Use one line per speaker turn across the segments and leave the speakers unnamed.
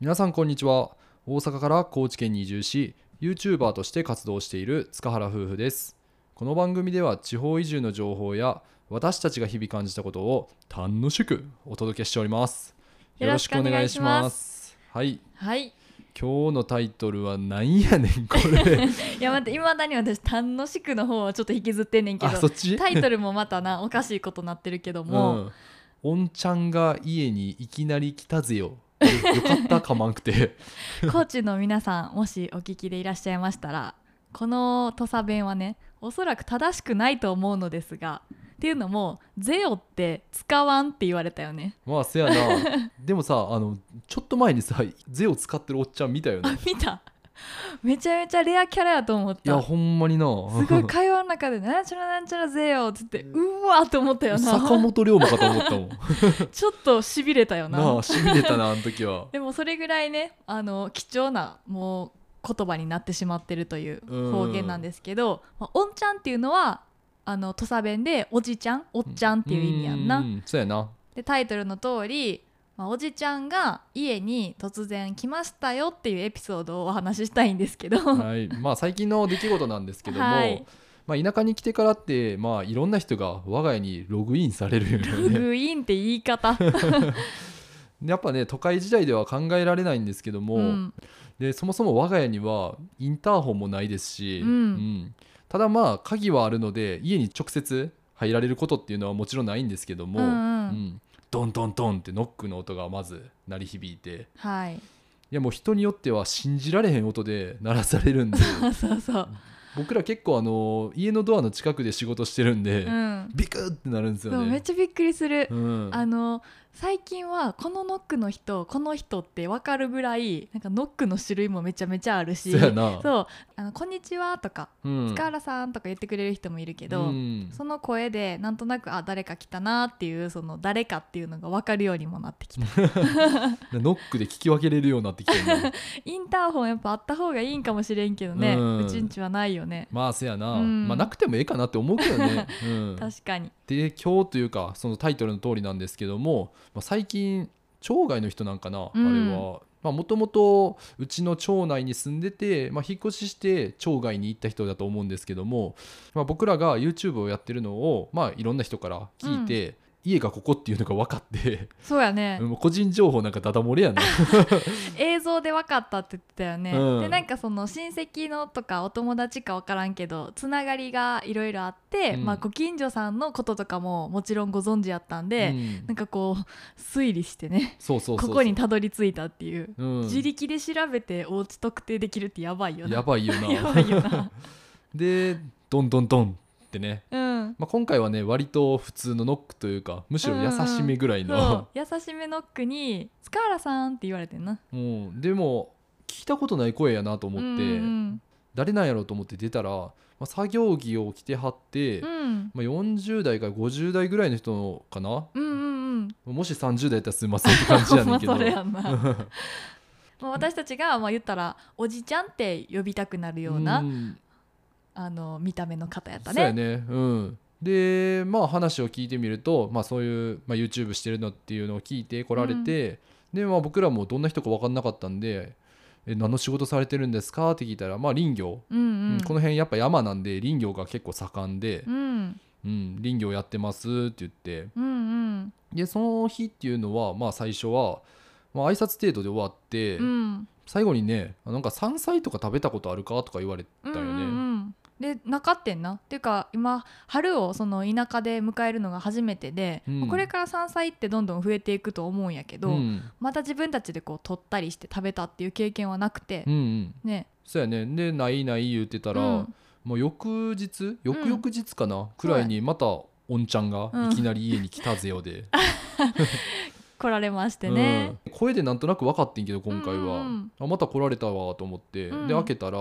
皆さんこんにちは大阪から高知県に移住し YouTuber として活動している塚原夫婦ですこの番組では地方移住の情報や私たちが日々感じたことを楽しくお届けしております
よろしくお願いします
はい
はい。
今日のタイトルはなんやねんこ れ
いや待って、いまだに私、楽しくの方はちょっと引きずってんねんけ
あそ
ど
っ、ち
タイトルもまたな、おかしいことなってるけども、
ん、おんちゃんが家にいきなり来たぜよよよかったかまんく て
高知の皆さん、もしお聞きでいらっしゃいましたら、この土佐弁はね、おそらく正しくないと思うのですが、っていうのも、ゼオって使わんって言われたよね。
まあせやなでもさあのちょっと前にさ「ゼ」を使ってるおっちゃん見たよね
あ、見ためちゃめちゃレアキャラやと思っ
いや
た。
ほんまにな
すごい会話の中で、なんちゃらなんちゃらゼよっつって、うわーと思ったよな。
坂本龍馬かと思ったもん
ちょっとしびれたよ な。
なあしびれたなあの時は
でもそれぐらいねあの貴重なもう言葉になってしまってるという
うん
方言なんですけど、まあ、おんちゃんっていうのはあの土佐弁でおじちゃんおっちゃんっていう意味やんな。
うんそうやな
でタイトルの通り、まあ、おじちゃんが家に突然来ましたよっていうエピソードをお話ししたいんですけど、
はいまあ最近の出来事なんですけども、
はい
まあ、田舎に来てからってまあいろんな人が我が家にログインされるよ
ロ
ね
グインって言 い方、
やっぱね都会時代では考えられないんですけども、
うん
でそもそも我が家にはインターホンもないですし、
うん
んただまあ鍵はあるので家に直接入られることっていうのはもちろんないんですけども、
うんうん
うんドンドンドンってノックの音がまず鳴り響いて
はい
いやもう人によっては信じられへん音で鳴らされ るんで
そうそう、
僕ら結構あの家のドアの近くで仕事してるんで、
うん、
ビクッてなるんです
そ
よ
う
ね。
めっちゃびっくりする、
うん
あの最近はこのノックの人この人って分かるぐらいなんかノックの種類もめちゃめちゃあるし
そうやな
そうあのこんにちは」とか
うん
「塚原さん」とか言ってくれる人もいるけ
う
ど、
ん
その声でなんとなくあ誰か来たなっていうその誰かっていうのが分かるようにもなってきた
ノックで聞き分けれるようになってきてるな
インターホンやっぱあった方がいいんかもしれんけどね、
う
うんちんちはないよね、
まあせやな、
うん
まあ、なくてもええかなって思うけ どね。うん
確かに
で今日というかそのタイトルの通りなんですけども、まあ、最近町外の人なんかな、
うん
あれは。もともとうちの町内に住んでて、まあ、引っ越しして町外に行った人だと思うんですけども、まあ、僕らが YouTube をやってるのを、まあ、いろんな人から聞いて、家がここっていうのが分かって、
そうや ね、
もう個人情報なんかダダ漏れやね
映像で分かったって言ってたよね、
うん
でなんかその親戚のとかお友達か分からんけどつながりがいろいろあって、
うん
まあ、ご近所さんのこととかももちろんご存知やったんで、
うん
なんかこう推理してね
そうそうそうそう
ここにたどり着いたっていう、
うん
自力で調べてお家特定できるってやばいよな
やばいよな
やばいよな
でどんどんどんってね
うん
まあ、今回はね割と普通のノックというかむしろ優しめぐらい
そう
の、
優しめノックに「塚原さん」って言われてんな
もうでも聞いたことない声やなと思って、
うん
誰なんやろうと思って出たら、まあ、作業着を着てはって、
うんうん
まあ、40代から50代ぐらいの人かな
うんうんうん
もし30代やったらすいませんって感じやねんけど
ほんまそれやんなまあ私たちがまあ言ったらおじちゃんって呼びたくなるような、
うん
あの見た目の方やった
そうや
ね。
ねうんでまあ話を聞いてみると、まあ、そういう、まあ、YouTube してるのっていうのを聞いてこられて、で、まあ、僕らもどんな人か分かんなかったんで「え何の仕事されてるんですか?」って聞いたら、まあ、林業、
うんうん。
うんこの辺やっぱ山なんで林業が結構盛んで
う、ん
うん、林業やってますって言って
うんうん
でその日っていうのは、まあ、最初は、まあ挨拶程度で終わって、
うん
最後にね「あなんか山菜とか食べたことあるか?」とか言われた
うん
よね。
うん。でなかってんなっていうか今春をその田舎で迎えるのが初めてで、
うん
これから山菜ってどんどん増えていくと思うんやけど、
うん
また自分たちでこう取ったりして食べたっていう経験はなくて、
うんうん
ね
そうやねでないない言ってたら、
うん
もう翌日翌々日かな、くらいにまたおんちゃんが
うん
いきなり家に来たぜよ で、
来られましてね。
うん声でなんとなく分かってんけど今回は、
うんうんうん
あまた来られたわと思って、
うん
で開けたら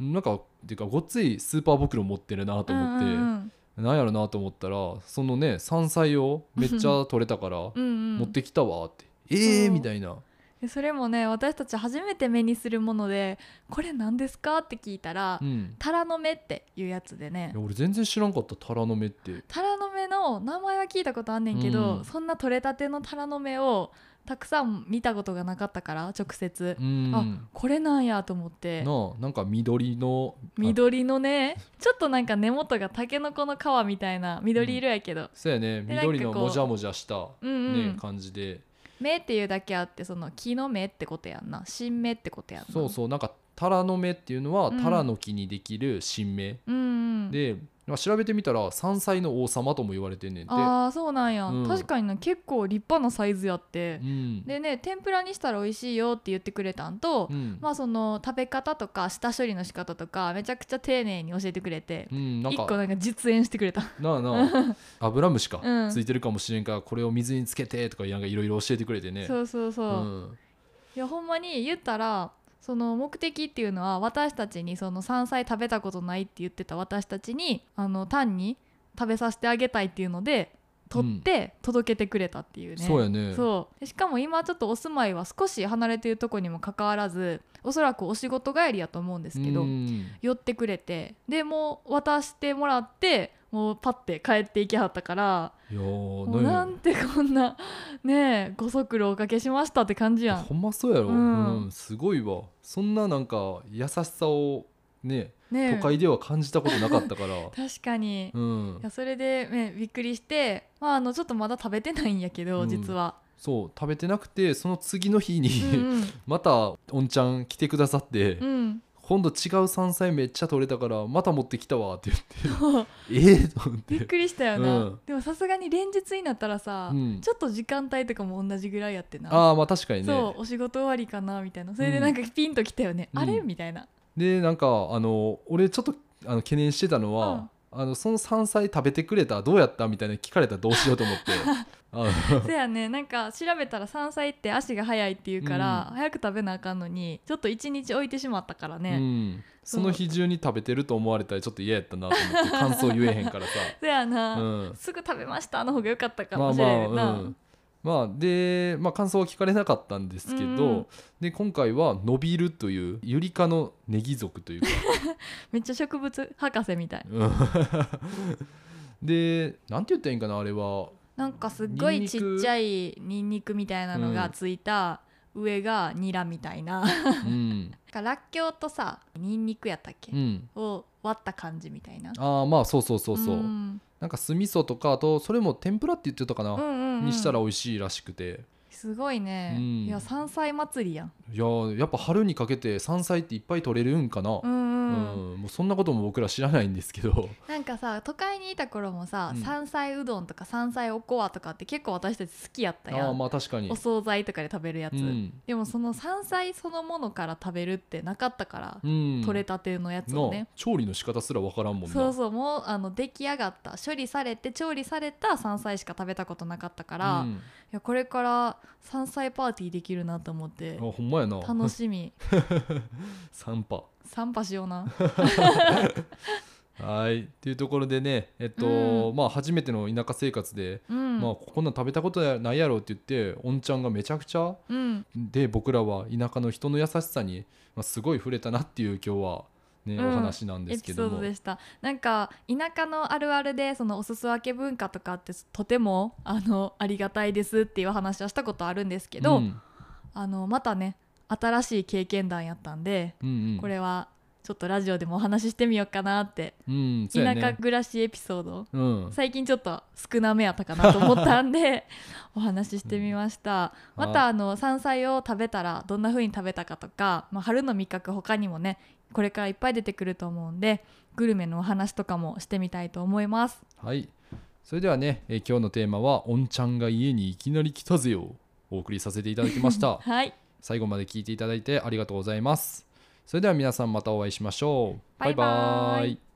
なんかてかごっついスーパー袋持ってるなと思って、
うんうん
なんやろなと思ったらそのね山菜をめっちゃ取れたから
うんうん
持ってきたわって、ええー、
そう
みたいな。
でそれもね私たち初めて目にするもので「これ何ですか?」って聞いたら
うん
「タラの芽」っていうやつで
い
ね
や俺全然知らんかったタラの芽って
タラの芽の名前は聞いたことあんねんけど、
うん
そんな取れたてのタラの芽をたくさん見たことがなかったから直接、
うん
あこれなんやと思って
なあなんか緑のあ
緑のねちょっとなんか根元がタケノコの皮みたいな緑色やけど、
そうやね
でなんかこう
緑のもじゃもじゃした、
うん、
ね
うん
感じで
芽っていうだけあってその木の芽ってことやんな新芽ってことやんな
そうそうなんかタラの芽っていうのは、
うん
タラの木にできる新芽、
う、うんうん、
で、まあ、調べてみたら山菜の王様とも言われてんねんて、
ああそうなんや、
うん
確かにな結構立派なサイズやって
う、ん
でね天ぷらにしたら美味しいよって言ってくれたんと、
うん
まあその食べ方とか下処理の仕方とかめちゃくちゃ丁寧に教えてくれて
うん、なん
一
か
個なんか実演してくれた
なあな あ油虫か、
うん
ついてるかもしれんからこれを水につけてとかなんかいろいろ教えてくれてね
そうそうそう、
うん
いやほんまに言ったらその目的っていうのは私たちにその山菜食べたことないって言ってた私たちにあの単に食べさせてあげたいっていうので取って届けてくれたっていうね、
そうやね
そうでしかも今ちょっとお住まいは少し離れているとこにもかかわらずおそらくお仕事帰りやと思うんですけど、
うん
寄ってくれてでもう渡してもらってもうパッて帰っていきはったから
いやー
もうな
なん
んてこんなねえご足労おかけしましたって感じや
や
ん
ほんまそうやろ、う
うん
んすごいわそんななんか優しさをね
ね
都
え
会では感じたことなかった から、
確かに、
うん
いやそれで、ね、びっくりして、まあ、あのちょっとまだ食べてないんやけど、
うん
実は、
そう食べてなくてその次の日に、
うん
またおんちゃん来てくださって、
うんうん、
今度違う山菜めっちゃ取れたからまた持ってきたわって
そう
言ってええと思っ
びってくりしたよな、
うん
でもさすがに連日になったらさ、
うん
ちょっと時間帯とかも同じぐらいやってな
ああまあ確かにね
そうお仕事終わりかなみたいなそれでなんかピンときたよね、
うん
あれみたいな
でなんかあの俺ちょっとあの懸念してたのは、あのその山菜食べてくれたどうやったみたいな聞かれたらどうしようと 思ってあ
そやねなんか調べたら山菜って足が速いっていうから、早く食べなあかんのにちょっと一日置いてしまったから
の、
ね、
うん、その日中に食べてると思われたらちょっと嫌やったなと思って感想言えへん からさ、
そやな、
うん、
すぐ食べましたの方が良かったか
まあ
もし
まあ
れ、んな、
うん、まあで、まあ、感想は聞かれなかったんですけど、
うん
で今回は「伸びる」というユリ科のネギ属というか、
めっちゃ植物博士みたい
うん でなんて言ったらいいんかなあれは
なんかすっご
ニン
い
ニ
ち
ク
っちゃいニンニクみたいなのがついた、上がニラみたいななん
うん、
からっきょうとさニンニクやったっけ、
うん、
を割った感じみたいな
ああまあそうそうそうそう、
ん
なんか酢味噌とかあとそれも天ぷらって言ってたかな、
うんうんうん
にしたら美味しいらしくて
すごいね、
うん
いや山菜祭りやん
いやーやっぱ春にかけて山菜っていっぱい取れるんかな、
うんうん、
うんもうそんなことも僕ら知らないんですけど
なんかさ都会にいた頃もさ、
うん
山菜うどんとか山菜おこわとかって結構私たち好きやったや
あ
ん
あまあ確かに
お惣菜とかで食べるやつ、
うん、
でもその山菜そのものから食べるってなかったから、
うん、
取れたてのやつをね
なあ調理の仕方すらわからんもんな
そうそうもうあの出来上がった処理されて調理された山菜しか食べたことなかったから、
う
い
ん
やこれから山菜パーティーできるなと思って
あほんまやな
楽 しみ
3波
散歩しような
はいっていうところでねえっと、
うん
まあ初めての田舎生活で、
うん、
まあこんなん食べたことないやろって言っておんちゃんがめちゃくちゃ
うん
で僕らは田舎の人の優しさに、まあ、すごい触れたなっていう今日は、ね
うん
お話なんで
エ
す
ピ
け
ソ
ど
ード
も。
でしたなんか田舎のあるあるでそのおすす分け文化とかってとてもあのありがたいですっていう話はしたことあるんですけど、
うん
あのまたね新しい経験談やったんで、
うんうん、
これはちょっとラジオでもお話ししてみようかなって、
うん、そうや
田
ね
舎暮らしエピソード
うん、
最近ちょっと少なめやったかなと思った んでお話ししてみました、
うん
またあの山菜を食べたらどんな風に食べたかとか、まあ、春の味覚他にもねこれからいっぱい出てくると思うんでグルメのお話とかもしてみたいと思います
はいそれではね、えー今日のテーマは「おんちゃんが家にいきなり来たぜよ」をお送りさせていただきまし た
はい
最後まで聞いていただいてありがとうございますそれでは皆さんまたお会いしましょう
バイバイ
バイバイ